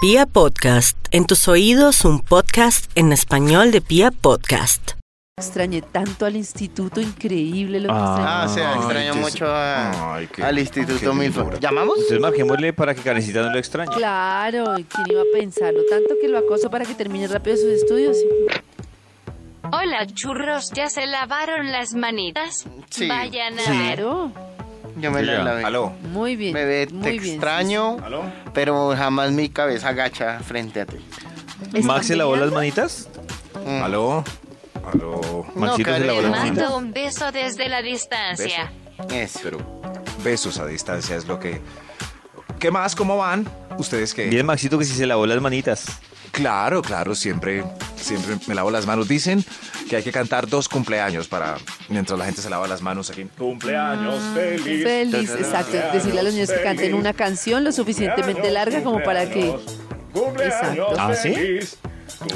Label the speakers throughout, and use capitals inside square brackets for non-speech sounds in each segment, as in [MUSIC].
Speaker 1: Pia Podcast, en tus oídos un podcast en español de Pia Podcast.
Speaker 2: Extrañé tanto al instituto, increíble lo que
Speaker 3: Ah, o sea,
Speaker 4: Ay,
Speaker 3: extraño
Speaker 4: qué se-
Speaker 3: mucho a-
Speaker 4: Ay, qué-
Speaker 3: al
Speaker 4: qué
Speaker 3: Instituto
Speaker 4: lindura.
Speaker 3: Milford. ¿Llamamos?
Speaker 4: Entonces marquémosle para que Karencita no lo extrañe.
Speaker 2: extrañé. Claro, ¿y ¿quién iba a pensarlo? Tanto que lo acoso para que termine rápido sus estudios.
Speaker 5: Hola churros, ¿ya se lavaron las manitas?
Speaker 3: Sí.
Speaker 5: Vayan a ver.
Speaker 2: Claro,
Speaker 3: Yo me la
Speaker 4: Ya,
Speaker 3: lavé.
Speaker 4: Aló.
Speaker 2: muy bien.
Speaker 3: Bebé,
Speaker 2: muy
Speaker 3: te
Speaker 2: bien, sí,
Speaker 3: extraño,
Speaker 4: ¿Aló?
Speaker 3: pero jamás mi cabeza agacha frente a ti.
Speaker 2: ¿Están
Speaker 4: ¿Max se lavó las
Speaker 2: peleando?
Speaker 4: manitas?
Speaker 3: Mm.
Speaker 4: ¿Aló? ¿Aló? Maxito se
Speaker 3: Karen.
Speaker 4: lavó
Speaker 5: Te
Speaker 4: las
Speaker 3: Hola,
Speaker 5: mando
Speaker 4: manitas.
Speaker 5: un beso desde la distancia.
Speaker 3: Eso.
Speaker 4: Pero,
Speaker 6: besos a distancia es lo que... ¿Qué más? ¿Cómo van? ¿Ustedes qué?
Speaker 4: Bien, Maxito, que si se lavó las manitas.
Speaker 6: Claro, claro, siempre, siempre me lavo las manos. Dicen que hay que cantar dos cumpleaños para mientras la gente se lava las manos aquí.
Speaker 7: Cumpleaños feliz.
Speaker 2: Ah, Feliz, exacto. Decirle a los niños que canten una canción lo suficientemente larga como para que...
Speaker 7: Cumpleaños
Speaker 2: Exacto.
Speaker 4: ¿Ah, sí?
Speaker 7: feliz.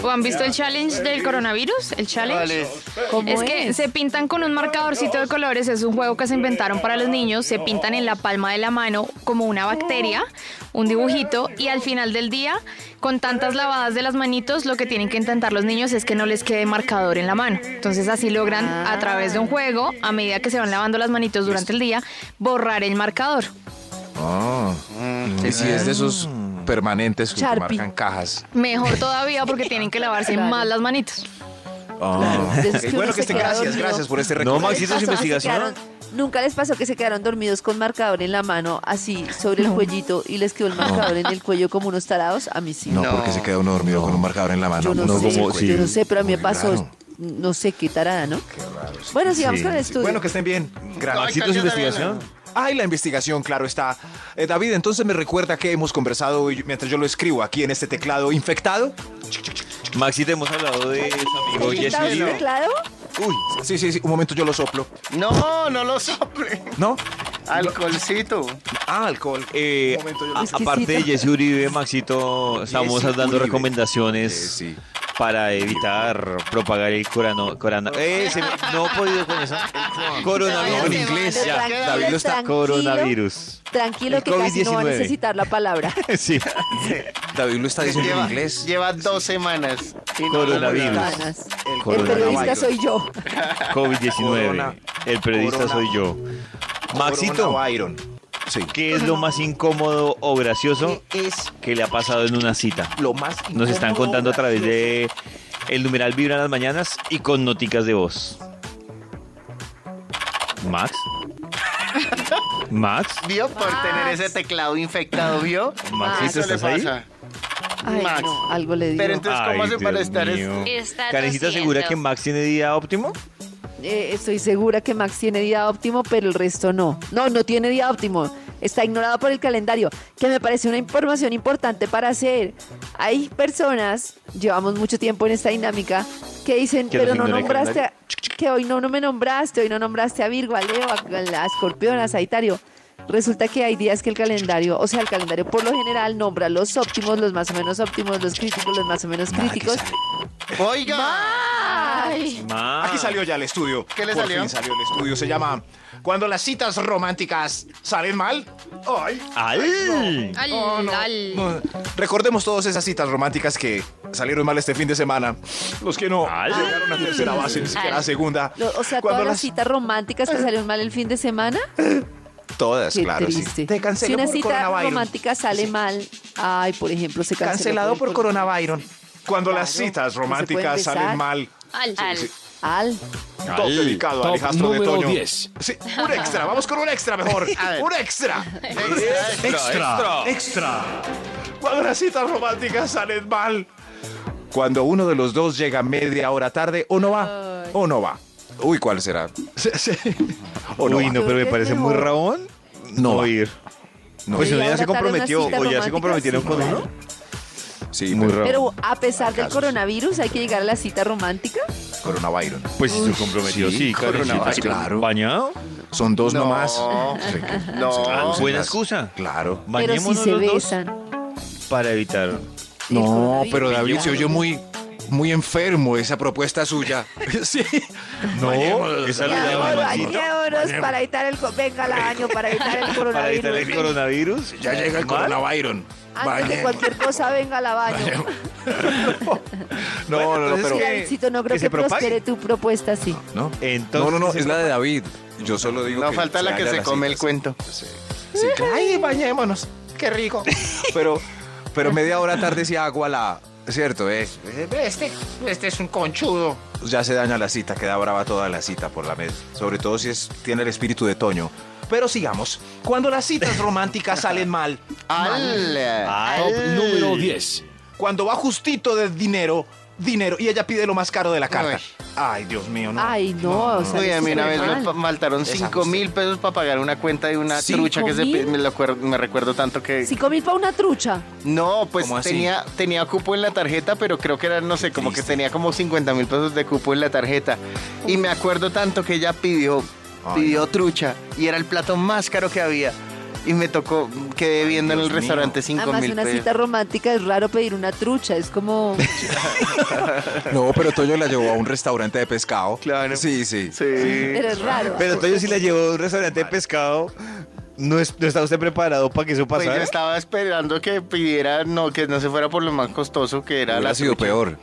Speaker 8: ¿O han visto el challenge del coronavirus? ¿El
Speaker 3: ¿Cuál
Speaker 8: challenge?
Speaker 3: es?
Speaker 2: ¿Cómo
Speaker 8: Es que se pintan con un marcadorcito de colores, es un juego que se inventaron para los niños, se pintan en la palma de la mano como una bacteria, un dibujito, y al final del día, con tantas lavadas de las manitos, lo que tienen que intentar los niños es que no les quede marcador en la mano. Entonces así logran, a través de un juego, a medida que se van lavando las manitos durante el día, borrar el marcador.
Speaker 6: Oh. y si es de esos permanentes que
Speaker 2: Sharpie.
Speaker 6: marcan cajas.
Speaker 8: Mejor todavía porque tienen que lavarse
Speaker 2: Claro.
Speaker 8: más las manitos.
Speaker 6: Oh.
Speaker 2: de esos
Speaker 6: Ok,
Speaker 2: que uno
Speaker 6: Bueno,
Speaker 2: se
Speaker 6: que estén
Speaker 2: queda
Speaker 6: gracias,
Speaker 2: dormido.
Speaker 6: gracias por este
Speaker 4: No,
Speaker 6: recuerdo.
Speaker 4: Maxito,
Speaker 2: ¿Les
Speaker 4: su
Speaker 2: pasó que se
Speaker 4: investigación.
Speaker 2: quedaron- Nunca les pasó que se quedaron dormidos con marcador en la mano, así sobre el cuellito, y les quedó el marcador en el cuello como unos tarados. A mí sí.
Speaker 6: No,
Speaker 3: No.
Speaker 6: porque se queda uno dormido con un marcador en la mano.
Speaker 2: yo no,
Speaker 4: Ah, no,
Speaker 2: sé,
Speaker 4: como- sí.
Speaker 2: yo no sé, pero a mí me
Speaker 6: Muy
Speaker 2: pasó,
Speaker 6: raro.
Speaker 2: no sé qué tarada, ¿no?
Speaker 6: Qué raro, sí.
Speaker 2: Bueno, sigamos
Speaker 4: Sí,
Speaker 2: con el
Speaker 6: Sí,
Speaker 2: estudio.
Speaker 6: Bueno, que estén bien. Gracias.
Speaker 4: Maxito, su
Speaker 3: Karencita,
Speaker 4: investigación.
Speaker 6: Ay, la investigación, claro está. Eh, David, entonces me recuerda que hemos conversado hoy mientras yo lo escribo aquí en este teclado infectado.
Speaker 4: Maxito, hemos hablado de su amigo
Speaker 2: ¿Qué
Speaker 4: Jesse
Speaker 2: tal,
Speaker 4: Uribe.
Speaker 2: teclado?
Speaker 6: Uy, sí, sí, sí, un momento yo lo soplo.
Speaker 3: No, no
Speaker 4: [LAUGHS]
Speaker 3: lo sople.
Speaker 6: ¿No?
Speaker 3: Alcoholcito.
Speaker 6: Ah, alcohol. ah,
Speaker 4: Eh,
Speaker 6: Un momento, yo
Speaker 4: a-
Speaker 6: lo-
Speaker 2: Exquisito.
Speaker 4: aparte de Jesse Uribe, Maxito, estamos
Speaker 6: Jesse
Speaker 4: dando
Speaker 6: Uribe.
Speaker 4: recomendaciones
Speaker 6: Eh, sí.
Speaker 4: para evitar propagar el corano, corana. Eh, se me- no he podido con eso.
Speaker 6: No,
Speaker 4: Coronavirus
Speaker 6: en
Speaker 4: en inglés.
Speaker 6: inglés,
Speaker 4: ya.
Speaker 2: tranquilo,
Speaker 4: David lo está.
Speaker 2: tranquilo.
Speaker 4: Coronavirus.
Speaker 2: Tranquilo
Speaker 4: El
Speaker 2: que casi no va a
Speaker 4: COVID-19.
Speaker 2: necesitar la palabra.
Speaker 4: [LAUGHS] Sí.
Speaker 6: David lo está diciendo
Speaker 3: Lleva,
Speaker 6: en inglés.
Speaker 3: lleva dos semanas. y no
Speaker 4: Coronavirus.
Speaker 3: lo hemos
Speaker 2: Canas. El
Speaker 4: coronavirus.
Speaker 2: periodista soy yo.
Speaker 4: COVID-19.
Speaker 6: Corona.
Speaker 4: El periodista
Speaker 6: Corona.
Speaker 4: soy yo. Maxito,
Speaker 6: Byron. Sí.
Speaker 4: ¿qué es lo más incómodo o gracioso
Speaker 6: Es
Speaker 4: que le ha pasado en una cita?
Speaker 6: lo más.
Speaker 4: Nos están
Speaker 6: incómodo,
Speaker 4: contando a través
Speaker 6: gracioso.
Speaker 4: de el numeral Vibra en las mañanas y con noticas de voz. Max. Max.
Speaker 3: ¿Vio? Por
Speaker 2: Max.
Speaker 3: tener ese teclado infectado, ¿vio?
Speaker 4: Maxito,
Speaker 3: Ah, Eso le
Speaker 4: Ah, ¿estás ahí?
Speaker 3: pasa.
Speaker 2: Ay,
Speaker 3: Max.
Speaker 2: no, algo le digo.
Speaker 3: Pero entonces, ¿cómo
Speaker 4: Ay,
Speaker 3: hace para
Speaker 4: Dios
Speaker 3: estar
Speaker 4: mío.
Speaker 3: este?
Speaker 5: Está
Speaker 4: Karencita,
Speaker 5: tosiendo.
Speaker 4: ¿segura que Max tiene día óptimo?
Speaker 2: Eh, estoy segura que Max tiene día óptimo, pero el resto no. No, no tiene día óptimo. Está ignorado por el calendario, que me parece una información importante para hacer. Hay personas, llevamos mucho tiempo en esta dinámica, que dicen,
Speaker 4: ¿Que los
Speaker 2: pero no
Speaker 4: ignora el
Speaker 2: nombraste, a- que hoy no, no me nombraste, hoy no nombraste a Virgo, a Leo, a, a la Escorpión, a Sagitario. Resulta que hay días que el calendario, o sea, el calendario por lo general nombra los óptimos, los más o menos óptimos, los críticos, los más o menos críticos.
Speaker 3: Oiga.
Speaker 4: Max.
Speaker 6: Aquí salió ya el estudio.
Speaker 3: ¿Qué le
Speaker 6: Por
Speaker 3: salió?
Speaker 6: fin salió el estudio. Se llama Cuando las citas románticas salen mal. Ay.
Speaker 4: ¡Al!
Speaker 8: Al, al.
Speaker 6: No, Recordemos todas esas citas románticas que salieron mal este fin de semana. Los que no
Speaker 4: Ay.
Speaker 6: llegaron a tercera base, ni siquiera a segunda.
Speaker 2: Lo- o sea,
Speaker 6: Cuando
Speaker 2: todas las citas románticas que salieron mal el fin de semana.
Speaker 6: Todas,
Speaker 2: Qué
Speaker 6: claro, sí.
Speaker 2: triste.
Speaker 6: Te canceló
Speaker 2: si una
Speaker 6: por
Speaker 2: cita
Speaker 6: coronavirus.
Speaker 2: romántica sale
Speaker 6: Sí.
Speaker 2: mal, ay, por ejemplo, se canceló
Speaker 6: Cancelado por
Speaker 2: corona-
Speaker 6: coronavirus. Cuando las
Speaker 2: Claro,
Speaker 6: citas
Speaker 2: no se pueden
Speaker 6: románticas
Speaker 2: besar.
Speaker 6: salen mal.
Speaker 5: Al.
Speaker 2: Al.
Speaker 6: Top dedicado al hijastro de Toño. Sí, un extra, vamos con un extra
Speaker 2: [LAUGHS]
Speaker 6: mejor.
Speaker 3: A ver.
Speaker 6: un extra.
Speaker 4: ¡Extra!
Speaker 6: Cuando las citas románticas salen mal. Cuando uno de los dos llega media hora tarde, o no va, o no va. Uy, ¿cuál será? Sí, sí. O no
Speaker 4: Uy,
Speaker 6: va.
Speaker 4: no, pero me
Speaker 2: Creo que
Speaker 4: parece
Speaker 2: es
Speaker 4: muy
Speaker 2: mejor.
Speaker 4: rabón
Speaker 6: No
Speaker 4: no
Speaker 6: va.
Speaker 4: ir.
Speaker 6: No.
Speaker 4: Pues
Speaker 2: Media hora
Speaker 4: uno ya se
Speaker 2: tarde, una cita
Speaker 4: comprometió o ya se
Speaker 2: romántica,
Speaker 4: comprometieron
Speaker 2: sí,
Speaker 4: con
Speaker 2: claro.
Speaker 4: uno.
Speaker 6: Sí,
Speaker 4: Muy
Speaker 6: pero-
Speaker 4: raro.
Speaker 2: Pero a pesar del
Speaker 6: Fracasos.
Speaker 2: coronavirus, hay que llegar a la cita romántica.
Speaker 6: Coronavirus.
Speaker 4: Pues si se comprometió,
Speaker 6: sí,
Speaker 4: sí, Karencita.
Speaker 6: coronavirus, claro.
Speaker 4: ¿Bañado?
Speaker 6: Son dos
Speaker 3: No.
Speaker 6: nomás.
Speaker 3: No.
Speaker 4: Ah, buena
Speaker 6: las-
Speaker 4: excusa.
Speaker 6: Claro.
Speaker 2: Pero si
Speaker 4: Bañémonos
Speaker 2: se
Speaker 4: los dos
Speaker 2: besan.
Speaker 4: para evitar.
Speaker 2: el
Speaker 6: No,
Speaker 2: coronavirus,
Speaker 6: pero David se
Speaker 2: claro.
Speaker 6: oyó muy, muy enfermo esa propuesta suya. [LAUGHS] sí.
Speaker 4: No, es
Speaker 2: Bañémonos,
Speaker 4: saludable, Maxito.
Speaker 2: bañémonos para evitar el co- venga al baño para evitar el
Speaker 4: Para evitar
Speaker 2: coronavirus.
Speaker 4: el coronavirus.
Speaker 6: Ya llega
Speaker 4: Mal.
Speaker 6: el coronavirus.
Speaker 2: Antes de cualquier cosa, venga al baño.
Speaker 6: No, no, no,
Speaker 4: entonces
Speaker 6: pero.
Speaker 4: es
Speaker 2: Karencito, no creo
Speaker 4: que
Speaker 2: que
Speaker 4: se propague.
Speaker 2: prospere tu propuesta, sí.
Speaker 6: No,
Speaker 4: Entonces,
Speaker 6: no, no, no,
Speaker 4: ese
Speaker 6: es la de David. Yo solo digo
Speaker 3: No
Speaker 6: que
Speaker 3: falta la
Speaker 6: se
Speaker 3: que
Speaker 6: haga
Speaker 3: se
Speaker 6: las
Speaker 3: come el
Speaker 6: citas.
Speaker 3: cuento.
Speaker 6: Sí. Sí, claro. Ay, bañémonos. Qué rico. [LAUGHS] Pero, pero media hora tarde si hago a la. Cierto, eh.
Speaker 9: Este, este es un conchudo.
Speaker 6: pues Ya se daña la cita, queda brava toda la cita por la mesa. Sobre todo si es, tiene el espíritu de Toño. Pero sigamos. Cuando
Speaker 3: [LAUGHS]
Speaker 6: las citas románticas salen mal,
Speaker 4: Al.
Speaker 3: Al. Al.
Speaker 10: Número 10.
Speaker 6: cuando va justito de dinero, dinero, y ella pide lo más caro de la carta. Ay, Dios mío, no.
Speaker 2: Ay, no, o sea,
Speaker 3: Uy, a mí una
Speaker 2: súper
Speaker 3: vez me
Speaker 2: mal.
Speaker 3: pa- faltaron cinco mil pesos para pagar una cuenta de una
Speaker 6: ¿Cinco
Speaker 3: trucha que se, pe-
Speaker 2: mil?
Speaker 3: me, lo acuer- me recuerdo tanto que...
Speaker 2: Cinco mil para una trucha.
Speaker 3: No, pues
Speaker 6: ¿Cómo así?
Speaker 3: tenía, tenía cupo en la tarjeta, pero creo que era, no sé, como que
Speaker 6: triste.
Speaker 3: tenía como 50 mil pesos de cupo en la tarjeta. Y me acuerdo tanto que ella pidió,
Speaker 6: Ay,
Speaker 3: pidió trucha y era el plato más caro que había. Y me tocó, quedé viendo en el
Speaker 6: Dios mío.
Speaker 3: restaurante cinco
Speaker 2: Además,
Speaker 3: mil
Speaker 2: una
Speaker 3: pesos.
Speaker 2: cita romántica es raro pedir una trucha. Es como.
Speaker 6: No, pero Toño la llevó a un restaurante de pescado.
Speaker 3: Claro.
Speaker 6: Sí, sí.
Speaker 3: Sí.
Speaker 2: Pero es raro.
Speaker 4: Pero Toño si la llevó a un restaurante de pescado. ¿No, es- no está usted preparado para que eso
Speaker 3: Pues yo
Speaker 4: pasara?
Speaker 3: estaba esperando que pidiera, no, que no se fuera por lo más costoso que era
Speaker 6: Hubiera
Speaker 3: la
Speaker 6: sido
Speaker 3: trucha.
Speaker 6: peor.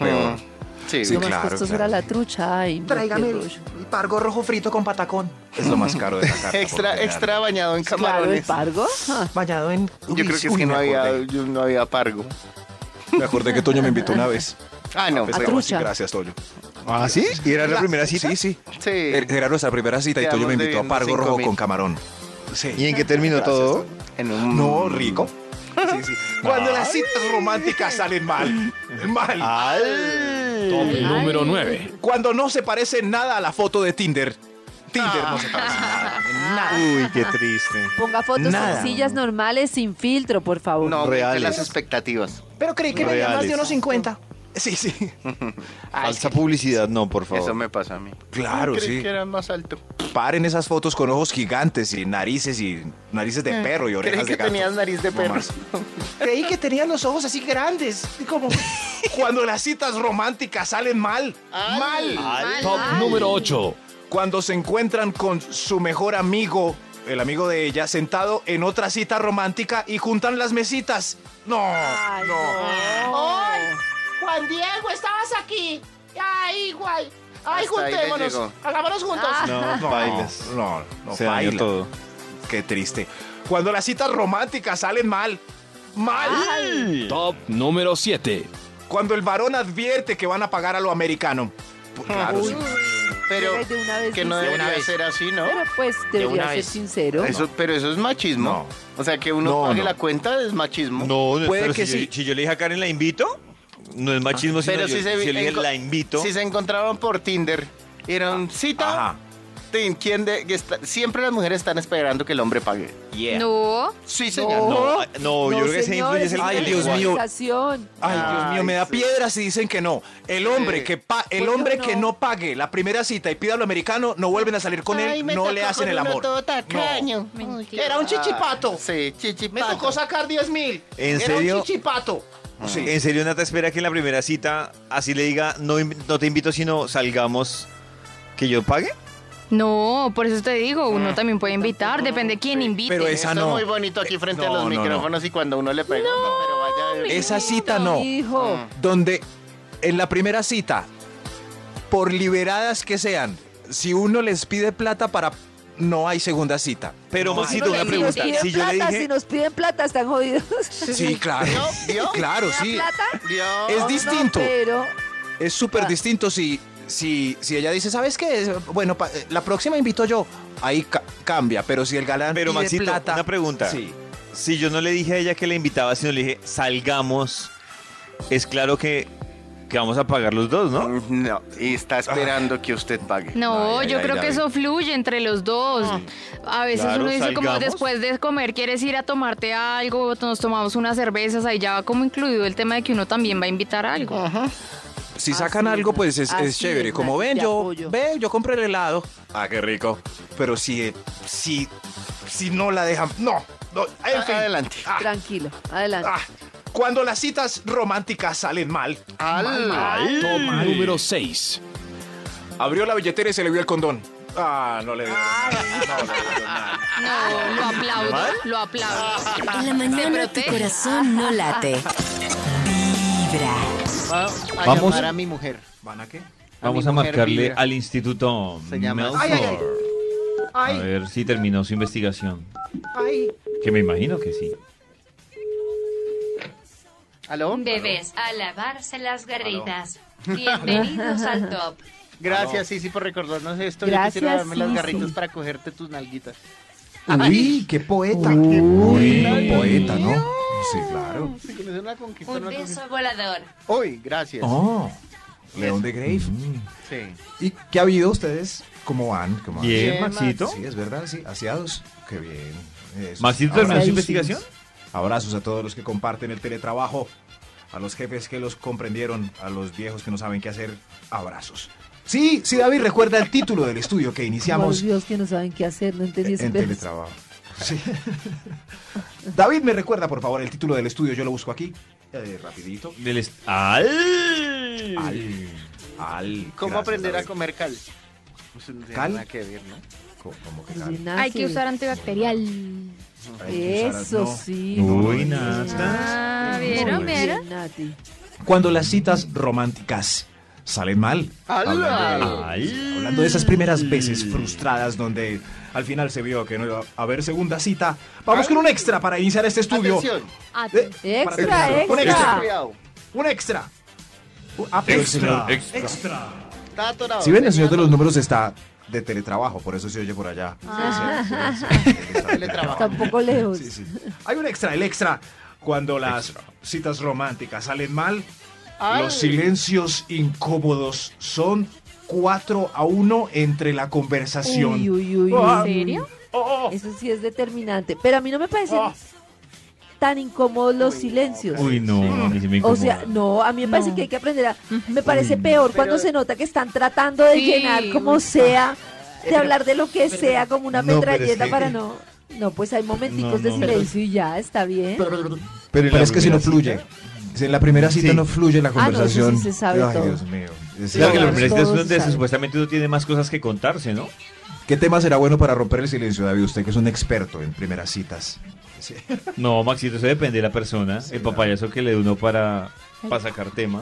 Speaker 6: Peor.
Speaker 3: Mm. Sí,
Speaker 6: Sí,
Speaker 2: lo más
Speaker 6: claro,
Speaker 2: costoso
Speaker 6: claro.
Speaker 2: era la trucha. Ay, no, qué rollo.
Speaker 3: Mm.
Speaker 9: pargo rojo frito con patacón.
Speaker 6: Es lo más
Speaker 3: [LAUGHS]
Speaker 6: caro de la carta. por lo
Speaker 3: Extra,
Speaker 6: general.
Speaker 3: extra bañado en
Speaker 2: Claro, el
Speaker 3: camarones.
Speaker 2: pargo. Ah,
Speaker 9: Bañado en.
Speaker 3: Yo creo que es que no había, yo no había pargo.
Speaker 6: Me acordé que Toño me invitó
Speaker 3: [LAUGHS]
Speaker 6: una vez.
Speaker 3: Ah, no.
Speaker 6: Pescado,
Speaker 2: trucha.
Speaker 6: sí, Gracias, Toño.
Speaker 4: ¿Ah, sí? ¿Y era la primera cita?
Speaker 6: Sí, sí.
Speaker 3: Sí.
Speaker 6: Er- Era nuestra primera cita y Toño
Speaker 3: Quedamos
Speaker 6: me invitó a
Speaker 3: debiendo
Speaker 6: Pargo
Speaker 3: cinco
Speaker 6: Rojo
Speaker 3: mil.
Speaker 6: con camarón. Sí.
Speaker 4: ¿Y en qué terminó todo?
Speaker 3: En un-
Speaker 6: No, rico. Sí, sí. [LAUGHS] Cuando las citas románticas salen mal, mal.
Speaker 10: Top número 9.
Speaker 6: Cuando no se parece nada a la foto de Tinder. Tinder no se parece nada.
Speaker 4: Uy, qué triste.
Speaker 2: Ponga fotos
Speaker 6: Nada.
Speaker 2: sencillas, normales, sin filtro, por favor.
Speaker 3: No,
Speaker 4: Reales.
Speaker 3: de las expectativas.
Speaker 9: Pero creí que
Speaker 4: Reales.
Speaker 9: venía más de unos 50.
Speaker 6: Sí, sí.
Speaker 9: Ay, es
Speaker 4: Falsa publicidad, no, por favor.
Speaker 3: Eso me pasó a mí.
Speaker 6: Claro,
Speaker 3: Creí
Speaker 6: sí.
Speaker 3: que era más alto.
Speaker 6: Paren esas fotos con ojos gigantes y narices y narices de perro y
Speaker 3: Creí
Speaker 6: orejas
Speaker 3: Mm. que
Speaker 6: de gato.
Speaker 3: tenías nariz de
Speaker 6: No
Speaker 3: perro.
Speaker 6: más.
Speaker 9: que- creí que tenía los ojos así grandes. y Como. [LAUGHS]
Speaker 6: Cuando las citas románticas salen mal, mal.
Speaker 10: Top número 8.
Speaker 6: cuando se encuentran con su mejor amigo, el amigo de ella, sentado en otra cita romántica y juntan las mesitas. No,
Speaker 2: Ay,
Speaker 6: no.
Speaker 9: Juan Diego, estabas aquí. Ay, guay.
Speaker 3: Hasta ahí le llegó.
Speaker 9: Hagámonos juntos.
Speaker 4: No,
Speaker 6: No,
Speaker 4: bailas.
Speaker 6: No, no,
Speaker 4: Se dañó
Speaker 6: baila.
Speaker 4: todo.
Speaker 6: Qué triste. Cuando las citas románticas salen mal. Mal.
Speaker 10: Top número 7.
Speaker 6: Cuando el varón advierte que van a pagar a lo americano. Pues, Claro, sí.
Speaker 3: Pero
Speaker 2: Llega y de una vez
Speaker 3: que no
Speaker 2: dice,
Speaker 3: debería
Speaker 9: una vez.
Speaker 3: ser así, ¿no?
Speaker 2: Pero pues debería
Speaker 9: una
Speaker 2: ser
Speaker 9: vez.
Speaker 2: sincero.
Speaker 3: Eso, pero eso es machismo. O sea, que uno
Speaker 6: No,
Speaker 3: pague
Speaker 6: no.
Speaker 3: la cuenta es machismo.
Speaker 4: No, no,
Speaker 6: Puede
Speaker 4: pero
Speaker 6: que
Speaker 4: si,
Speaker 6: sí.
Speaker 4: yo, si yo le dije a Karen la invito, no es machismo, sino
Speaker 3: Ah, Pero
Speaker 4: yo-
Speaker 3: si se,
Speaker 4: yo le dije
Speaker 3: enco-
Speaker 4: la invito.
Speaker 3: Si se encontraban por Tinder, eran cita.
Speaker 6: Ajá.
Speaker 3: tin, ¿quién de- que está- siempre las mujeres están esperando que el hombre pague.
Speaker 8: No.
Speaker 3: Sí, señor.
Speaker 4: no, ah, no, yo creo que se
Speaker 2: señor,
Speaker 4: influye es el
Speaker 2: es
Speaker 6: Ay,
Speaker 2: una
Speaker 6: Dios mío.
Speaker 2: generalización.
Speaker 6: Ay, Dios mío, me da piedras si dicen que no. El hombre que pa- el
Speaker 2: Pues
Speaker 6: hombre
Speaker 2: yo
Speaker 6: que
Speaker 2: no.
Speaker 6: no pague la primera cita y pida lo americano, no vuelven a salir con él, no le hacen el amor. No.
Speaker 9: Era un chichipato.
Speaker 3: Ah, Sí,
Speaker 9: Me
Speaker 3: chichipato.
Speaker 9: tocó sacar 10 mil.
Speaker 4: ¿En
Speaker 9: Era
Speaker 4: serio?
Speaker 9: un chichipato.
Speaker 6: Ah, Sí.
Speaker 4: En serio, Nata espera que en la primera cita así le diga, no, inv- no te invito, sino salgamos, que yo pague.
Speaker 8: No, por eso te digo, uno también puede invitar, depende de quién invite.
Speaker 6: Pero
Speaker 3: Esto
Speaker 6: esa
Speaker 3: es
Speaker 6: no.
Speaker 3: muy bonito aquí frente
Speaker 6: No,
Speaker 3: a los
Speaker 6: no, no.
Speaker 3: micrófonos y cuando uno le pega. No, pero vaya.
Speaker 6: Esa cita no.
Speaker 3: Mm.
Speaker 2: Hijo.
Speaker 6: Donde en la primera cita, por liberadas que sean, si uno les pide plata para no hay segunda cita.
Speaker 4: Pero,
Speaker 6: No
Speaker 4: Maxito,
Speaker 6: hay.
Speaker 4: una
Speaker 2: Si nos
Speaker 4: pregunta.
Speaker 2: piden
Speaker 4: Si yo le
Speaker 2: plata,
Speaker 4: dije-
Speaker 2: si nos piden plata, están jodidos.
Speaker 6: Sí, claro.
Speaker 3: ¿Vio? ¿Vio?
Speaker 6: Claro, sí.
Speaker 2: plata?
Speaker 3: Dios.
Speaker 6: Es
Speaker 2: No,
Speaker 6: distinto.
Speaker 2: pero
Speaker 6: Es súper distinto si, si, si ella dice, ¿sabes qué? Bueno, pa- eh, la próxima invito yo. Ahí ca- cambia, pero si el galán
Speaker 4: Pero,
Speaker 6: pide
Speaker 4: Maxito,
Speaker 6: plata...
Speaker 4: una pregunta.
Speaker 6: Sí.
Speaker 4: Si yo no le dije a ella que la invitaba, sino le dije, salgamos, es claro que, que vamos a pagar los dos, ¿no?
Speaker 3: No, y está esperando que usted pague.
Speaker 8: No,
Speaker 6: Ay, ay,
Speaker 8: yo
Speaker 6: ay,
Speaker 8: creo que
Speaker 6: David.
Speaker 8: eso fluye entre los dos. A veces
Speaker 4: Claro,
Speaker 8: uno dice como
Speaker 4: salgamos.
Speaker 8: después de comer quieres ir a tomarte algo, nos tomamos unas cervezas, ahí ya va como incluido el tema de que uno también va a invitar algo.
Speaker 6: Si
Speaker 2: Así
Speaker 6: sacan
Speaker 2: es,
Speaker 6: algo, pues es, es
Speaker 2: Ah, así es,
Speaker 6: chévere. Como
Speaker 2: Nati,
Speaker 6: ven,
Speaker 2: te
Speaker 6: yo,
Speaker 2: apoyo.
Speaker 6: ven, yo compré el helado. Ah, qué rico. Pero si, si, si no la dejan, no. no, en
Speaker 3: Ah,
Speaker 6: fin.
Speaker 3: adelante.
Speaker 6: Ah,
Speaker 2: tranquilo, adelante.
Speaker 6: ah, cuando las citas románticas salen mal,
Speaker 3: Al-
Speaker 6: ah,
Speaker 10: Top número 6.
Speaker 6: abrió la billetera y se le vio el condón. Ah, no le veo. nada. No le veo nada.
Speaker 8: No, lo aplaudo,
Speaker 4: ¿Mal?
Speaker 8: lo aplaudo.
Speaker 6: Ah,
Speaker 11: En la
Speaker 8: Se
Speaker 11: mañana tu
Speaker 8: protege.
Speaker 11: corazón no late. Vibra.
Speaker 3: Va a
Speaker 4: Vamos.
Speaker 3: llamar a mi mujer. ¿Van a qué?
Speaker 4: Vamos a marcarle al instituto
Speaker 3: Se llama-
Speaker 4: Melford.
Speaker 3: Ay, ay, ay.
Speaker 4: A ver si terminó su investigación. Que me imagino que sí.
Speaker 3: ¿Aló?
Speaker 5: Bebés, a lavarse las garritas. Bienvenidos al top.
Speaker 3: Gracias, Sisi, por recordarnos esto.
Speaker 2: Gracias,
Speaker 3: Yo quisiera darme las
Speaker 2: Sisi.
Speaker 3: garritas para cogerte tus nalguitas.
Speaker 6: Uy, qué poeta.
Speaker 4: Uy.
Speaker 6: Qué poeta, ¿no? Sí,
Speaker 3: [LAUGHS]
Speaker 6: claro.
Speaker 3: Sí, que me sea una conquista,
Speaker 5: Un
Speaker 3: una
Speaker 5: beso
Speaker 3: conquista.
Speaker 5: volador.
Speaker 3: Hoy, gracias.
Speaker 6: Oh, León de Grave.
Speaker 3: Sí.
Speaker 6: Mm. ¿Y qué ha habido ustedes? ¿Cómo van? ¿Cómo van?
Speaker 4: Bien,
Speaker 3: Bien,
Speaker 4: Maxito.
Speaker 6: Sí, es verdad, sí. Aseados. Qué bien. Eso.
Speaker 4: Maxito terminó su
Speaker 6: Abrazos.
Speaker 4: investigación.
Speaker 6: Abrazos a todos los que comparten el teletrabajo, a los jefes que los comprendieron, a los viejos que no saben qué hacer. Abrazos. Sí, sí, David, recuerda el título del estudio que
Speaker 2: Por
Speaker 6: iniciamos
Speaker 2: Dios, que no saben qué hacer, no entendí ese
Speaker 6: en
Speaker 2: pedazo.
Speaker 6: teletrabajo. Sí. David, me recuerda, por favor, el título del estudio. Yo lo busco aquí. Eh, rapidito.
Speaker 4: Del est- ¡Al!
Speaker 6: Al, al.
Speaker 3: ¿Cómo
Speaker 6: Gracias,
Speaker 3: aprender a
Speaker 6: David.
Speaker 3: comer cal? Pues no tiene
Speaker 6: ¿Cal?
Speaker 3: nada que ver, ¿no?
Speaker 6: Co- como que
Speaker 2: No
Speaker 6: tal.
Speaker 2: sé Pues nada
Speaker 8: Hay que usar antibacterial.
Speaker 6: Hay que usar-
Speaker 2: Eso
Speaker 6: no.
Speaker 2: sí.
Speaker 4: Uy,
Speaker 2: Muy
Speaker 4: Nata.
Speaker 8: Ah,
Speaker 2: bien,
Speaker 8: ¿vieron?
Speaker 2: muy
Speaker 8: ¿Vieron?
Speaker 2: bien, Nati.
Speaker 6: Cuando las citas románticas salen mal.
Speaker 3: ¡Ala!
Speaker 6: Hablando de-
Speaker 4: ¡Al!
Speaker 6: Hablando de esas primeras veces frustradas donde al final se vio que no iba a haber segunda cita, vamos con un extra para iniciar este estudio.
Speaker 3: Atención.
Speaker 6: Eh,
Speaker 2: Extra,
Speaker 6: para terminar. Un
Speaker 3: Mucho
Speaker 2: extra.
Speaker 6: extra.
Speaker 3: cuidado.
Speaker 6: Un extra. Un- ah, pero el señor-
Speaker 3: Está atorado.
Speaker 6: Si ven, el señor de los números está de teletrabajo, por eso se oye por allá.
Speaker 2: Ah.
Speaker 6: Sí,
Speaker 2: [LAUGHS]
Speaker 6: sí, sí, sí, está de teletrabajo.
Speaker 2: Está un poco lejos.
Speaker 6: Sí, sí. Hay un extra, el extra. Cuando las citas románticas salen mal,
Speaker 3: Ay.
Speaker 6: los silencios incómodos son 4 a 1 entre la conversación. Oh.
Speaker 2: Uy, uy, uy,
Speaker 8: ¿En
Speaker 2: uy.
Speaker 8: serio?
Speaker 2: Eso sí es determinante. Pero a mí no me parecen tan incómodos los silencios.
Speaker 4: Uy, no, a mí sí me
Speaker 2: O
Speaker 4: incomoda.
Speaker 2: sea, no, a mí me parece
Speaker 8: No.
Speaker 2: que hay que aprender a... Me parece peor cuando se nota que están tratando de
Speaker 8: Sí,
Speaker 2: llenar como
Speaker 8: uy.
Speaker 2: sea, de hablar de lo que sea, como una
Speaker 4: No, pero es
Speaker 2: metralleta
Speaker 4: que-
Speaker 2: para no... No, pues hay momenticos
Speaker 4: No,
Speaker 2: de
Speaker 4: no.
Speaker 2: silencio y ya, está bien.
Speaker 4: Pero, en
Speaker 6: Pero
Speaker 4: la
Speaker 6: es que si no
Speaker 4: primera
Speaker 6: fluye. Si en la primera cita
Speaker 4: Sí.
Speaker 6: no fluye la
Speaker 2: Ah, no, eso sí
Speaker 6: conversación.
Speaker 2: se sabe
Speaker 6: Ay,
Speaker 2: todo.
Speaker 6: Dios mío. Es-
Speaker 4: Claro que la
Speaker 2: Todos
Speaker 4: primera cita es donde
Speaker 2: saben.
Speaker 4: supuestamente uno tiene más cosas que contarse, ¿no?
Speaker 6: ¿Qué tema será bueno para romper el silencio, David? Usted que es un experto en primeras citas. Sí.
Speaker 4: No, Maxito, eso depende de la persona. el papayazo que le da uno para, para sacar tema.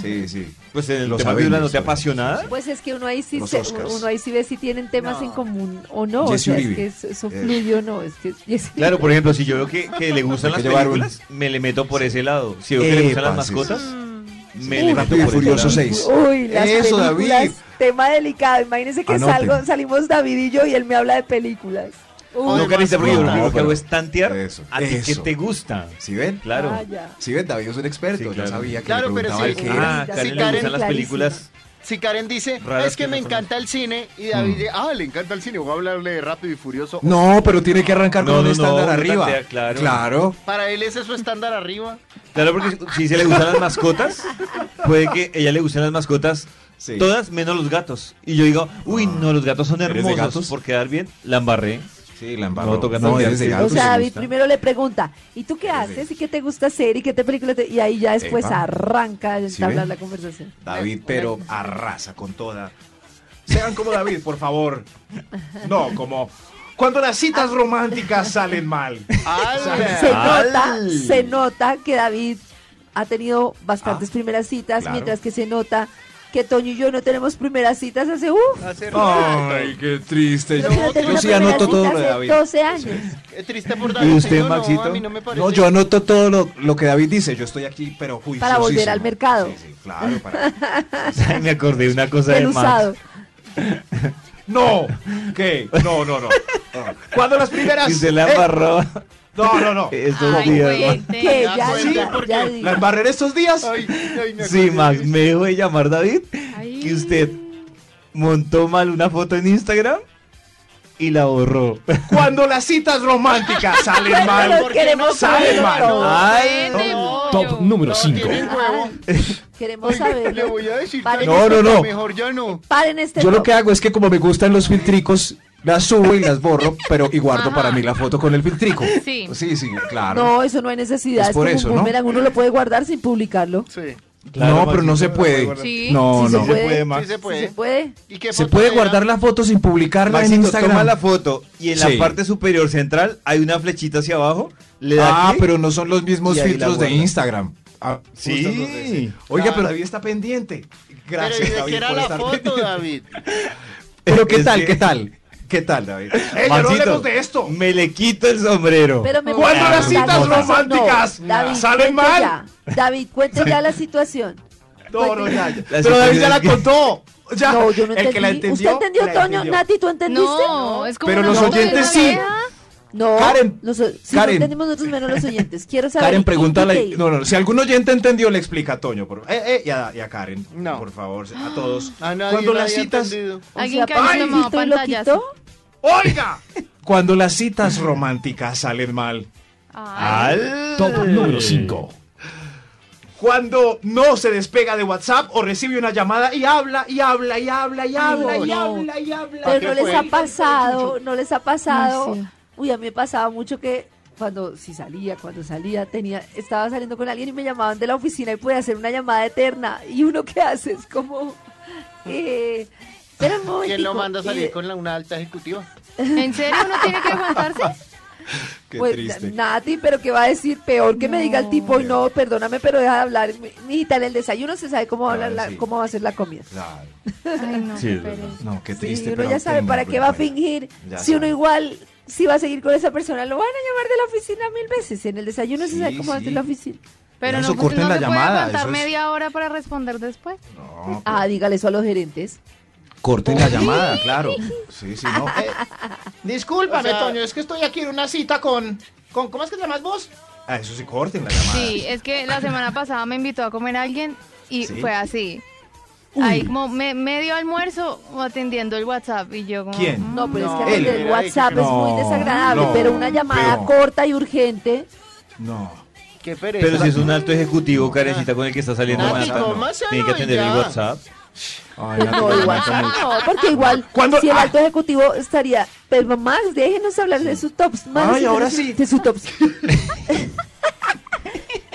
Speaker 6: Sí, sí.
Speaker 4: Pues en el
Speaker 6: Lo
Speaker 4: tema
Speaker 6: sabemos,
Speaker 4: de una noche
Speaker 6: sabemos,
Speaker 4: apasionada.
Speaker 2: Pues es que uno ahí sí,
Speaker 6: Los
Speaker 2: se-
Speaker 6: Oscars.
Speaker 2: uno ahí sí ve si tienen temas en común o no.
Speaker 6: Jesse
Speaker 2: o sea,
Speaker 6: Uribe.
Speaker 2: es que eso, eso
Speaker 6: Eh.
Speaker 2: fluye o no. Es que Jesse-
Speaker 4: Claro, por ejemplo, si yo veo que, que le gustan
Speaker 6: Hay
Speaker 4: las
Speaker 6: que llevar un-
Speaker 4: películas, me le meto por ese lado. Si veo que le gustan
Speaker 6: Epa,
Speaker 4: las
Speaker 6: sí,
Speaker 4: mascotas, me
Speaker 6: Uy,
Speaker 4: le meto
Speaker 6: Rápido y
Speaker 4: por
Speaker 6: Furioso
Speaker 4: ese lado.
Speaker 6: 6.
Speaker 2: Uy, las
Speaker 6: Eso,
Speaker 2: películas,
Speaker 6: David.
Speaker 2: tema delicado. Imagínense que
Speaker 6: Anoten.
Speaker 2: salgo, salimos David y yo y él me habla de películas. Uy,
Speaker 4: No, Carita, porque yo lo
Speaker 6: No,
Speaker 4: primero que
Speaker 6: pero-
Speaker 4: hago es tantear
Speaker 6: Eso,
Speaker 4: a ti que
Speaker 6: eso.
Speaker 4: te gusta.
Speaker 6: ¿Sí ven?
Speaker 4: Claro.
Speaker 2: vaya.
Speaker 6: Sí ven, David es un experto.
Speaker 4: Sí,
Speaker 6: Yo
Speaker 4: claro.
Speaker 6: sabía que
Speaker 3: Claro,
Speaker 6: le
Speaker 3: pero
Speaker 6: preguntaba
Speaker 3: sí.
Speaker 6: el que era.
Speaker 4: Ah,
Speaker 2: Sí,
Speaker 4: a
Speaker 3: sí,
Speaker 4: Karen le
Speaker 3: Karen,
Speaker 4: gustan las
Speaker 2: clarísimo.
Speaker 4: películas.
Speaker 3: Si Karen dice,
Speaker 4: Raras
Speaker 3: es que
Speaker 4: que
Speaker 3: me
Speaker 4: no
Speaker 3: encanta el cine, y
Speaker 6: Mm.
Speaker 3: David dice, ah, le encanta el cine, voy a hablarle de Rápido y Furioso.
Speaker 6: No, pero tiene que arrancar
Speaker 4: No,
Speaker 6: con un
Speaker 4: no, no,
Speaker 6: estándar
Speaker 4: uno
Speaker 6: arriba.
Speaker 4: tantea, claro.
Speaker 6: claro.
Speaker 3: Para él ese es su estándar
Speaker 6: [LAUGHS]
Speaker 3: arriba.
Speaker 4: Claro, porque si se le gustan las mascotas, puede que a ella le gusten las mascotas
Speaker 6: Sí. Ah,
Speaker 4: todas menos los gatos. Y yo digo, uy, no, los gatos son
Speaker 6: ¿Eres de
Speaker 4: hermosos.
Speaker 6: gatos?
Speaker 4: Por quedar bien, la embarré.
Speaker 6: Sí, la
Speaker 4: embarró.
Speaker 6: No, toca no, eres de
Speaker 4: O
Speaker 6: gato.
Speaker 2: O sea,
Speaker 4: me
Speaker 2: David
Speaker 4: gusta.
Speaker 2: primero le pregunta, ¿y tú qué haces? ¿Y qué te gusta hacer? ¿Y qué te película te-?" Y ahí ya después
Speaker 6: Epa.
Speaker 2: arranca a
Speaker 6: ¿Sí
Speaker 2: entablar
Speaker 6: ven?
Speaker 2: la conversación.
Speaker 6: David, pero arrasa con toda. Sean como David, por favor. No, como cuando las citas románticas salen mal.
Speaker 3: ¡Ala!
Speaker 2: Se
Speaker 4: Al-
Speaker 2: nota, se nota que David ha tenido bastantes primeras citas,
Speaker 6: Ah, claro.
Speaker 2: mientras que se nota que Toño y yo no tenemos primeras citas hace, uff,
Speaker 3: Hace
Speaker 6: Ah.
Speaker 3: rato.
Speaker 6: Ay, qué triste.
Speaker 2: creo que no tengo
Speaker 6: Yo
Speaker 2: una
Speaker 6: sí
Speaker 2: primera
Speaker 6: anoto
Speaker 2: cita
Speaker 6: todo lo de
Speaker 2: hace
Speaker 6: David.
Speaker 2: 12 años.
Speaker 3: Qué triste por David.
Speaker 6: ¿Y usted,
Speaker 3: señor, No, a
Speaker 6: Maxito?
Speaker 3: mí no me parece.
Speaker 6: No, yo anoto todo lo, lo que David dice. Yo estoy aquí, pero juiciosísimo.
Speaker 2: Para volver al mercado.
Speaker 6: Sí, sí, claro. para-
Speaker 4: Ay, me acordé de una cosa de
Speaker 2: Bien
Speaker 4: más.
Speaker 3: [LAUGHS]
Speaker 2: usado.
Speaker 6: No, ¿qué? No, no, no. No. Cuando las primeras... eh,
Speaker 4: Y se la embarró
Speaker 6: No, no, no.
Speaker 4: estos
Speaker 8: Ay,
Speaker 4: días.
Speaker 2: Que
Speaker 8: fuerte.
Speaker 2: ya,
Speaker 3: cuenta,
Speaker 2: diga,
Speaker 3: porque
Speaker 2: ya diga.
Speaker 6: ¿Las barreré estos días?
Speaker 3: Ay, ay, me
Speaker 4: Sí,
Speaker 3: acordé.
Speaker 4: Max, me dejó de llamar David
Speaker 8: Ay.
Speaker 4: que usted montó mal una foto en Instagram y la borró.
Speaker 6: Cuando las citas románticas
Speaker 2: [LAUGHS]
Speaker 6: salen
Speaker 2: Los
Speaker 6: mal.
Speaker 2: queremos
Speaker 6: sale,
Speaker 2: saber
Speaker 6: mano?
Speaker 2: todo.
Speaker 4: Ay,
Speaker 8: no.
Speaker 10: Top número 5.
Speaker 3: tienen huevo.
Speaker 5: Ah,
Speaker 2: Queremos
Speaker 3: Oiga,
Speaker 2: saber.
Speaker 3: le voy a decir
Speaker 2: Vale.
Speaker 3: que
Speaker 6: No, no, no.
Speaker 3: mejor ya no.
Speaker 2: Paren este
Speaker 6: Yo lo
Speaker 2: top.
Speaker 6: que hago es que como me gustan los filtricos, las subo y las borro, pero y guardo
Speaker 8: Ajá.
Speaker 6: para mí la foto con el filtrico.
Speaker 8: Sí.
Speaker 6: Sí, sí, claro.
Speaker 2: No, eso no hay necesidad.
Speaker 6: Es
Speaker 2: Es,
Speaker 6: por
Speaker 2: como
Speaker 6: eso,
Speaker 2: un
Speaker 6: ¿no?
Speaker 2: boomerang. Uno lo puede guardar sin publicarlo.
Speaker 3: Sí.
Speaker 6: no, pero no se puede. No, no.
Speaker 3: Sí se puede.
Speaker 2: puede?
Speaker 3: ¿Y qué
Speaker 6: Se
Speaker 3: foto
Speaker 6: puede
Speaker 3: era?
Speaker 6: guardar la foto sin publicarla en
Speaker 4: Maxito,
Speaker 6: Instagram.
Speaker 4: toma la foto y en
Speaker 6: Sí.
Speaker 4: la parte superior central hay una flechita hacia abajo. Le da
Speaker 6: ah,
Speaker 4: clic
Speaker 6: pero no son los mismos
Speaker 4: y ahí la
Speaker 6: filtros de
Speaker 4: guarda.
Speaker 6: Instagram. Ah,
Speaker 4: Sí.
Speaker 6: justo los de ese. Oiga, pero David está pendiente.
Speaker 3: Pero ¿y
Speaker 6: Gracias,
Speaker 3: de
Speaker 6: David,
Speaker 3: qué era
Speaker 6: por
Speaker 3: la
Speaker 6: estar
Speaker 3: foto,
Speaker 6: pendiente.
Speaker 3: David?
Speaker 6: [LAUGHS] Pero ¿qué
Speaker 4: Es
Speaker 6: tal?
Speaker 4: que-
Speaker 6: ¿Qué tal? ¿Qué tal, David?
Speaker 12: Eh,
Speaker 4: Ey, ya no Maxito. hablemos de
Speaker 6: esto!
Speaker 4: Me le quito el sombrero.
Speaker 2: Pero me
Speaker 9: ¿Cuándo las citas
Speaker 2: David,
Speaker 9: románticas
Speaker 2: no, David,
Speaker 9: salen
Speaker 2: cuente
Speaker 9: mal?
Speaker 2: ya. David, cuente ya la situación.
Speaker 6: No, no, ya, ya.
Speaker 4: La
Speaker 6: Pero David ya
Speaker 4: situación
Speaker 6: la
Speaker 4: es que-
Speaker 6: contó. Ya.
Speaker 2: No, yo no
Speaker 6: El
Speaker 2: entendí.
Speaker 6: que la
Speaker 2: ¿Usted
Speaker 6: entendió,
Speaker 2: entendió,
Speaker 6: la
Speaker 2: Toño?
Speaker 6: entendió.
Speaker 2: ¿Nati, tú entendiste?
Speaker 8: No, es como
Speaker 6: Pero
Speaker 8: una
Speaker 6: los
Speaker 8: foto de
Speaker 6: oyentes
Speaker 8: una
Speaker 6: sí.
Speaker 8: pareja.
Speaker 2: No,
Speaker 6: Karen,
Speaker 2: los- si
Speaker 6: Karen.
Speaker 2: no entendimos nosotros menos los oyentes. Quiero saber.
Speaker 6: Karen,
Speaker 2: y-
Speaker 6: pregúntale.
Speaker 2: y-
Speaker 6: No, no, si algún oyente entendió, le explica a Toño. Por, eh, eh, y, a, y a Karen,
Speaker 3: No.
Speaker 6: por favor, a todos.
Speaker 3: A Ah, nadie
Speaker 6: Cuando
Speaker 3: lo
Speaker 6: las
Speaker 3: había
Speaker 6: citas...
Speaker 3: entendido.
Speaker 8: Alguien
Speaker 2: O sea,
Speaker 8: que haya
Speaker 2: ¿País
Speaker 8: tomado
Speaker 2: visto y lo
Speaker 8: pantallas.
Speaker 2: quitó?
Speaker 3: [LAUGHS]
Speaker 9: ¡Oiga!
Speaker 6: Cuando las citas románticas salen mal.
Speaker 8: Ah.
Speaker 4: Al-
Speaker 13: Top número 5.
Speaker 6: Cuando no se despega de WhatsApp o recibe una llamada y habla y habla y habla y habla y
Speaker 2: no.
Speaker 6: habla y habla.
Speaker 2: Pero no les ha pasado, no les ha pasado.
Speaker 8: Ay, sí.
Speaker 2: Uy, a mí me pasaba mucho que cuando si salía, cuando salía, tenía, estaba saliendo con alguien y me llamaban de la oficina y podía hacer una llamada eterna. Y uno que hace es como, eh, espera un eh, momento.
Speaker 3: ¿Quién lo manda a salir con la, una alta ejecutiva?
Speaker 8: ¿En serio uno tiene que aguantarse?
Speaker 6: [LAUGHS] Qué
Speaker 2: pues,
Speaker 6: triste.
Speaker 2: Nati, pero ¿qué va a decir? Peor que me diga el tipo, "Uy, no, perdóname, pero deja de hablar. Mijita, en el desayuno se sabe cómo va, a hablar
Speaker 6: Claro,
Speaker 2: la-
Speaker 6: sí.
Speaker 2: cómo va a ser la comida.
Speaker 6: Claro.
Speaker 8: Ay, no,
Speaker 4: Sí,
Speaker 8: qué
Speaker 4: es verdad.
Speaker 8: pereza.
Speaker 6: No, qué
Speaker 2: Sí,
Speaker 6: triste.
Speaker 2: uno
Speaker 6: pero
Speaker 2: ya sabe
Speaker 6: tengo,
Speaker 2: para qué
Speaker 6: pero
Speaker 2: va a
Speaker 6: bueno.
Speaker 2: fingir.
Speaker 6: Ya
Speaker 2: si uno
Speaker 6: sabe.
Speaker 2: igual, si va a seguir con esa persona, lo van a llamar de la oficina mil veces. En el desayuno
Speaker 6: Sí,
Speaker 2: se sabe cómo va a ser
Speaker 6: sí.
Speaker 2: la oficina.
Speaker 8: Pero
Speaker 6: Ya
Speaker 8: no,
Speaker 6: eso
Speaker 8: pues,
Speaker 6: corten
Speaker 8: no
Speaker 6: la
Speaker 8: se puede
Speaker 6: llamada,
Speaker 8: aguantar
Speaker 6: eso es-
Speaker 8: media hora para responder después.
Speaker 6: No,
Speaker 2: Ah, dígale eso a los gerentes.
Speaker 6: corten la llamada, claro. Sí, sí,
Speaker 2: [LAUGHS]
Speaker 6: no.
Speaker 12: Discúlpame,
Speaker 3: O sea-
Speaker 12: Toño, es que estoy aquí en una cita con. con ¿Cómo es que te llamas vos?
Speaker 6: Ah, eso sí, corten la llamada.
Speaker 8: Sí, es que la semana pasada me invitó a comer a alguien y
Speaker 6: Sí.
Speaker 8: fue así. Ahí como me, medio almuerzo atendiendo el WhatsApp y yo como... "Mm,
Speaker 6: ¿Quién?
Speaker 2: No, pues, pero
Speaker 3: No,
Speaker 2: es que
Speaker 6: él.
Speaker 2: el WhatsApp es
Speaker 6: No,
Speaker 2: muy desagradable,
Speaker 6: no,
Speaker 2: pero una llamada
Speaker 6: no.
Speaker 2: corta y urgente.
Speaker 6: No.
Speaker 3: Qué pereza.
Speaker 4: Pero si es un alto ejecutivo,
Speaker 3: Ah.
Speaker 4: Karencita, con el que está saliendo
Speaker 3: No,
Speaker 4: Nata,
Speaker 3: chico, más
Speaker 4: tiene que
Speaker 3: solo
Speaker 4: atender el
Speaker 3: ya.
Speaker 4: WhatsApp.
Speaker 6: Ay,
Speaker 2: No, el [LAUGHS] WhatsApp no, porque igual
Speaker 6: ¿Cuándo?
Speaker 2: si el
Speaker 6: Ah.
Speaker 2: alto ejecutivo estaría, pero Max, déjenos hablar de sus tops. Max,
Speaker 6: Ay, ahora
Speaker 2: de su-
Speaker 6: sí.
Speaker 2: De sus tops. [LAUGHS]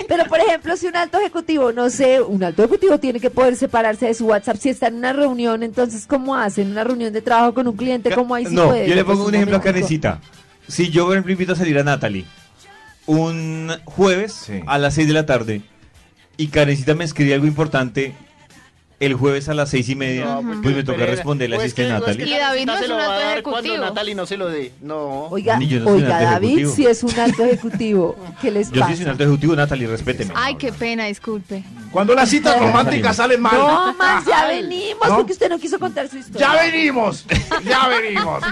Speaker 2: pero por ejemplo, si un alto ejecutivo, no sé, un alto ejecutivo tiene que poder separarse de su WhatsApp si está en una reunión, entonces ¿cómo hacen? Una reunión de trabajo con un cliente, ¿cómo ahí sí
Speaker 4: no,
Speaker 2: puede?
Speaker 4: yo le
Speaker 2: Pues,
Speaker 4: pongo un ejemplo a
Speaker 2: momentico.
Speaker 4: Karencita. Si yo, por ejemplo, invito a salir a Natalie un jueves
Speaker 6: Sí.
Speaker 4: a las 6 de la tarde y Karencita me escribe algo importante el jueves a las 6 y media,
Speaker 3: No,
Speaker 4: pues,
Speaker 3: qué
Speaker 4: me toca
Speaker 3: pereza.
Speaker 4: responderle
Speaker 3: O
Speaker 4: así
Speaker 3: es
Speaker 4: es que
Speaker 3: o es
Speaker 4: Natalie.
Speaker 8: Y David no
Speaker 3: Natalie
Speaker 8: es
Speaker 3: se lo
Speaker 8: un
Speaker 3: va a
Speaker 8: alto
Speaker 3: dar cuando
Speaker 8: ejecutivo.
Speaker 3: Natalie no se lo dé. No.
Speaker 2: Oiga,
Speaker 4: Ni yo no soy un
Speaker 2: oiga,
Speaker 4: alto
Speaker 2: David,
Speaker 4: ejecutivo.
Speaker 2: si es un alto ejecutivo, ¿qué les
Speaker 4: Yo
Speaker 2: pasa?
Speaker 4: soy un alto ejecutivo, Natalie, respéteme.
Speaker 8: Ay, qué pena, disculpe.
Speaker 9: Cuando las citas románticas salen mal.
Speaker 2: No, Max, ya venimos
Speaker 9: No.
Speaker 2: porque usted no quiso contar su historia.
Speaker 9: Ya venimos. Ya venimos.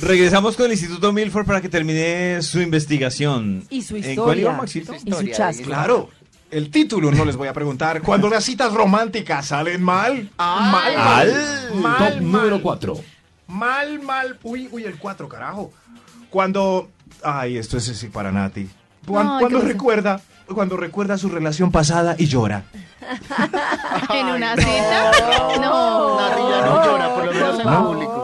Speaker 4: Regresamos con el Instituto Milford para que termine su investigación.
Speaker 2: Y su
Speaker 4: ¿En cuál iba,
Speaker 2: historia.
Speaker 4: Maxito?
Speaker 2: Y su chasco.
Speaker 6: Claro. El título no les voy a preguntar. Cuando las citas románticas salen mal. mal,
Speaker 4: Al-
Speaker 6: mal,
Speaker 13: Top
Speaker 6: mal,
Speaker 13: número 4.
Speaker 6: Mal, mal. Uy, uy, el 4, carajo. Cuando. Ay, esto es así para Nati. Cuan-
Speaker 8: Ay,
Speaker 6: cuando
Speaker 8: ¿qué pasó?
Speaker 6: recuerda. Cuando recuerda su relación pasada y llora.
Speaker 8: ¿En una cita? No.
Speaker 3: Nati ya no llora, por lo menos en
Speaker 2: No.
Speaker 3: público.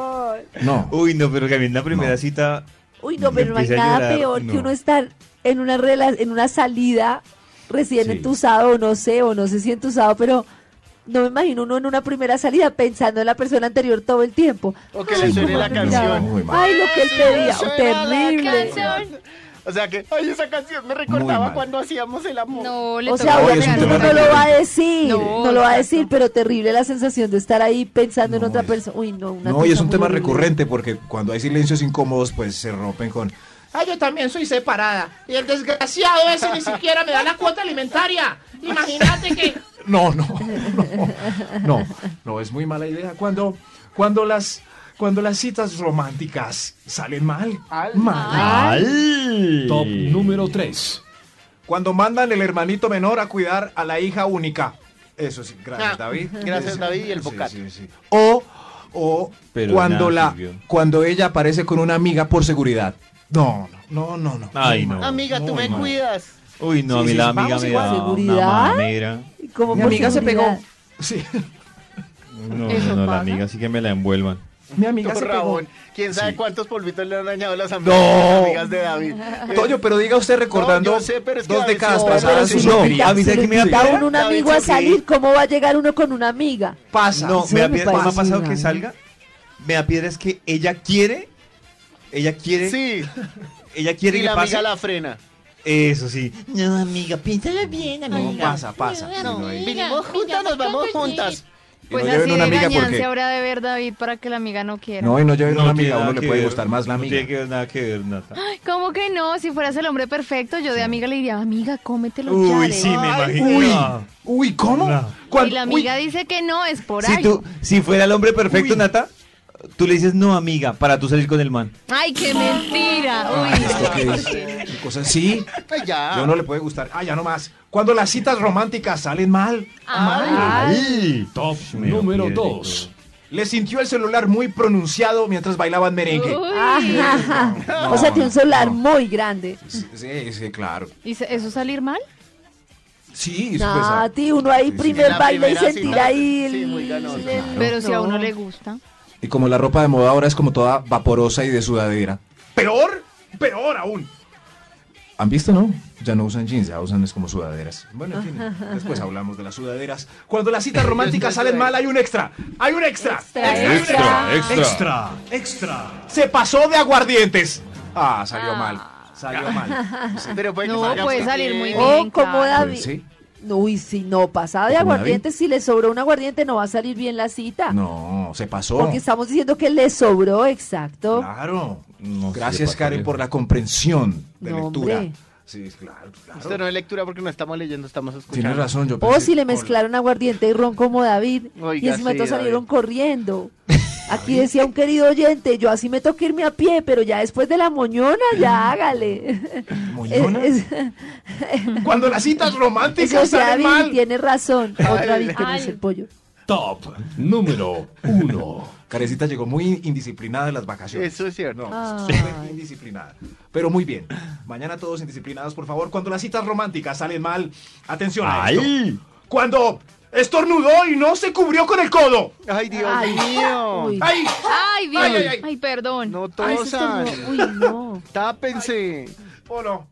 Speaker 6: No.
Speaker 4: Uy, no, pero que a mí en la primera cita
Speaker 2: Uy, no,
Speaker 4: Yo
Speaker 2: pero no hay
Speaker 4: empecé a
Speaker 2: nada
Speaker 4: llorar,
Speaker 2: peor que
Speaker 4: no.
Speaker 2: uno estar en una rela- en una salida recién
Speaker 6: Sí.
Speaker 2: entusado, o no sé, o no sé si entusado, pero no me imagino uno en una primera salida pensando en la persona anterior todo el tiempo.
Speaker 3: O que le suene
Speaker 2: cómo
Speaker 3: la
Speaker 2: me miraba.
Speaker 3: canción.
Speaker 6: Muy mal.
Speaker 2: Ay, lo que él pedía,
Speaker 8: oh,
Speaker 3: Eso era la
Speaker 2: terrible.
Speaker 3: canción. O sea que, ay, esa canción me
Speaker 6: Muy
Speaker 3: recordaba
Speaker 6: mal.
Speaker 3: cuando hacíamos el amor.
Speaker 8: No, le
Speaker 2: O sea,
Speaker 8: tocó
Speaker 6: Hoy es un
Speaker 2: obviamente
Speaker 8: llorar.
Speaker 6: tema
Speaker 2: uno no lo va a decir, no,
Speaker 8: No,
Speaker 2: lo va a
Speaker 8: exacto.
Speaker 2: decir, pero terrible la sensación de estar ahí pensando en
Speaker 6: No,
Speaker 2: otra
Speaker 6: es-
Speaker 2: persona. Uy, no, una
Speaker 6: No, y es
Speaker 2: cosa
Speaker 6: un
Speaker 2: muy
Speaker 6: tema
Speaker 2: horrible.
Speaker 6: recurrente porque cuando hay silencios incómodos, pues se rompen con.
Speaker 12: Ah, yo también soy separada. Y el desgraciado ese ni siquiera me da la cuota alimentaria. Imagínate que.
Speaker 6: [LAUGHS] No, no, no, no, no, es muy mala idea. Cuando, cuando las, cuando las citas románticas salen mal, mal.
Speaker 4: Al.
Speaker 13: Top número 3.
Speaker 6: Cuando mandan el hermanito menor a cuidar a la hija única. Eso sí, gracias
Speaker 3: Ah,
Speaker 6: David.
Speaker 3: [LAUGHS] gracias,
Speaker 6: Sí,
Speaker 3: David, y el
Speaker 6: sí,
Speaker 3: bocato.
Speaker 6: sí, sí. O, o
Speaker 4: Pero
Speaker 6: cuando
Speaker 4: nada
Speaker 6: la,
Speaker 4: sirvió.
Speaker 6: cuando ella aparece con una amiga por seguridad. No, no, no, no.
Speaker 4: Ay,
Speaker 6: Muy
Speaker 4: no.
Speaker 6: mal,
Speaker 3: Amiga, tú
Speaker 6: muy
Speaker 3: me
Speaker 6: mal.
Speaker 3: cuidas.
Speaker 4: Uy, no, a
Speaker 6: Sí,
Speaker 4: mí
Speaker 6: sí,
Speaker 4: la amiga
Speaker 6: vamos
Speaker 4: me
Speaker 6: igual.
Speaker 4: da una
Speaker 2: ¿Seguridad?
Speaker 4: mamera.
Speaker 2: Y como
Speaker 6: Mi
Speaker 2: por
Speaker 6: amiga se pegó.
Speaker 2: seguridad.
Speaker 6: Sí.
Speaker 4: No,
Speaker 8: ¿Eso
Speaker 4: no, no,
Speaker 8: pasa?
Speaker 4: la amiga sí que me la envuelvan.
Speaker 6: Mi amiga
Speaker 3: Don
Speaker 6: se pegó.
Speaker 3: Ramón, quién sabe cuántos polvitos le han dañado las am-
Speaker 6: No.
Speaker 3: amigas de David. Eh,
Speaker 6: Toño, pero diga usted recordando
Speaker 3: No, yo sé, pero es que
Speaker 6: dos
Speaker 3: David
Speaker 6: décadas
Speaker 3: se-
Speaker 6: pasadas.
Speaker 3: pero
Speaker 6: sus
Speaker 3: si lo
Speaker 6: novias.
Speaker 4: a mí
Speaker 2: Se le
Speaker 4: ¿sabe qué me da
Speaker 2: invitaron
Speaker 4: pena?
Speaker 2: un amigo a salir, ¿cómo va a llegar uno con una amiga?
Speaker 6: Pasa.
Speaker 4: No,
Speaker 2: Eso
Speaker 4: me da
Speaker 2: me
Speaker 4: piedra, no me ha
Speaker 2: parece
Speaker 4: pasado que
Speaker 2: grave.
Speaker 4: salga. Me da piedra es que ella quiere. Ella quiere.
Speaker 3: Sí.
Speaker 4: Ella quiere
Speaker 3: y
Speaker 4: que
Speaker 3: la
Speaker 4: pase.
Speaker 3: amiga la frena.
Speaker 4: Eso sí.
Speaker 3: No, amiga, píntala bien,
Speaker 4: No, pasa, pasa. No, ahí.
Speaker 3: Vinimos juntas, nos vamos juntas.
Speaker 8: Pues
Speaker 6: no
Speaker 8: así
Speaker 6: lleven
Speaker 8: de
Speaker 6: una amiga
Speaker 8: engañarse
Speaker 6: porque-
Speaker 8: habrá de ver, David, para que la amiga no quiera.
Speaker 6: No, y no lleven
Speaker 4: No
Speaker 6: una
Speaker 4: tiene
Speaker 6: amiga, a uno
Speaker 4: nada
Speaker 6: le
Speaker 4: que
Speaker 6: puede
Speaker 4: ver,
Speaker 6: gustar más la
Speaker 4: No
Speaker 6: amiga.
Speaker 4: tiene que ver, nada que ver, Nata.
Speaker 8: Ay, ¿Cómo que no? Si fueras el hombre perfecto, yo de amiga le diría, amiga, cómetelo ya.
Speaker 4: Uy,
Speaker 8: le
Speaker 4: sí, me
Speaker 8: digo.
Speaker 4: imagino.
Speaker 6: uy.
Speaker 4: No.
Speaker 6: Uy, ¿cómo?
Speaker 4: No.
Speaker 6: ¿Cuál-
Speaker 8: Y la
Speaker 6: uy,
Speaker 8: amiga dice que no, es por
Speaker 4: Si
Speaker 8: ahí.
Speaker 4: tú, si fuera el hombre perfecto, Nata, tú le dices no, amiga, para tú salir con el man.
Speaker 8: Ay, qué mentira.
Speaker 6: Ay,
Speaker 8: Uy,
Speaker 6: Ah, ¿esto qué es? ¿Qué cosa así?
Speaker 3: Pues
Speaker 6: A
Speaker 3: ya.
Speaker 6: uno le puede gustar. Ah, ya no más. Cuando las citas románticas salen mal.
Speaker 8: Ah,
Speaker 4: Ay.
Speaker 9: Top
Speaker 4: Me lo
Speaker 9: número
Speaker 4: pierde
Speaker 9: 2.
Speaker 6: Le sintió el celular muy pronunciado mientras bailaban merengue.
Speaker 2: Ah, Ajá.
Speaker 6: No,
Speaker 2: o sea, tiene un solar
Speaker 6: no.
Speaker 2: muy grande.
Speaker 6: Sí, sí, claro.
Speaker 8: ¿Y se- eso salir mal?
Speaker 6: Sí, eso pues, ah,
Speaker 2: Nati, uno ahí
Speaker 6: sí.
Speaker 2: primer
Speaker 3: La
Speaker 2: baile y
Speaker 3: primera
Speaker 2: sentir
Speaker 3: cita.
Speaker 2: ahí
Speaker 3: Sí, muy
Speaker 2: el...
Speaker 3: ganoso.
Speaker 8: Pero si a
Speaker 2: No.
Speaker 8: uno le gusta.
Speaker 6: Y como la ropa de moda ahora es como toda vaporosa y de sudadera. Peor, peor aún. ¿Han visto, no? Ya no usan jeans, ya usan es como sudaderas. Bueno, en fin, después hablamos de las sudaderas. Cuando las citas [LAUGHS] románticas salen mal, hay un extra. Hay un extra.
Speaker 2: Extra,
Speaker 14: Extra, extra.
Speaker 9: Extra, extra.
Speaker 6: Se pasó de aguardientes. Ah, salió mal. Salió [LAUGHS] mal.
Speaker 3: Pero puede que
Speaker 8: No,
Speaker 3: salga
Speaker 8: puede
Speaker 3: usted
Speaker 8: salir
Speaker 3: bien.
Speaker 8: muy bien.
Speaker 2: Oh, como
Speaker 8: claro.
Speaker 2: David.
Speaker 6: Pues sí.
Speaker 2: No, Uy, si no pasa de
Speaker 6: ¿O como
Speaker 2: aguardiente, si le sobró un aguardiente no va a salir bien la cita.
Speaker 6: No, se pasó.
Speaker 2: Porque estamos diciendo que le sobró, exacto.
Speaker 6: Claro.
Speaker 4: No,
Speaker 6: Gracias,
Speaker 4: sí,
Speaker 6: Karen,
Speaker 4: papá,
Speaker 6: por la comprensión de
Speaker 2: No,
Speaker 6: lectura.
Speaker 2: hombre.
Speaker 6: Sí, claro, claro.
Speaker 3: Esto no es lectura porque no estamos leyendo, estamos escuchando.
Speaker 6: Tienes razón, yo
Speaker 2: O
Speaker 6: pensé-
Speaker 2: si le
Speaker 6: Hola.
Speaker 2: mezclaron aguardiente y ron como David.
Speaker 3: Oiga,
Speaker 2: y encima
Speaker 3: sí,
Speaker 2: todos salieron
Speaker 3: David.
Speaker 2: corriendo. Aquí decía un querido oyente, yo así me toqué irme a pie, pero ya después de la moñona, ya hágale.
Speaker 6: ¿Moñona?
Speaker 2: Es- es-
Speaker 6: Cuando las citas
Speaker 2: eso
Speaker 6: románticas
Speaker 2: decía
Speaker 6: salen
Speaker 2: David y
Speaker 6: mal.
Speaker 2: tiene razón. Otro David que no es
Speaker 8: Ay.
Speaker 2: el pollo.
Speaker 9: Top número 1.
Speaker 6: Carecita llegó muy indisciplinada de las vacaciones.
Speaker 3: Eso es cierto.
Speaker 6: No, súper indisciplinada. Pero muy bien. Mañana todos indisciplinados, por favor. Cuando las citas románticas salen mal, atención a esto.
Speaker 4: ¡Ay!
Speaker 6: Cuando estornudó y no se cubrió con el codo.
Speaker 3: Ay, Dios
Speaker 2: Ay.
Speaker 3: mío.
Speaker 2: Uy.
Speaker 6: ¡Ay!
Speaker 8: Ay, Dios.
Speaker 6: Ay,
Speaker 8: Ay,
Speaker 6: ay, ay.
Speaker 8: perdón.
Speaker 3: No
Speaker 2: Ay, eso
Speaker 3: tosan.
Speaker 2: estornudó. Uy, no.
Speaker 3: Tápense.
Speaker 6: ¿O no?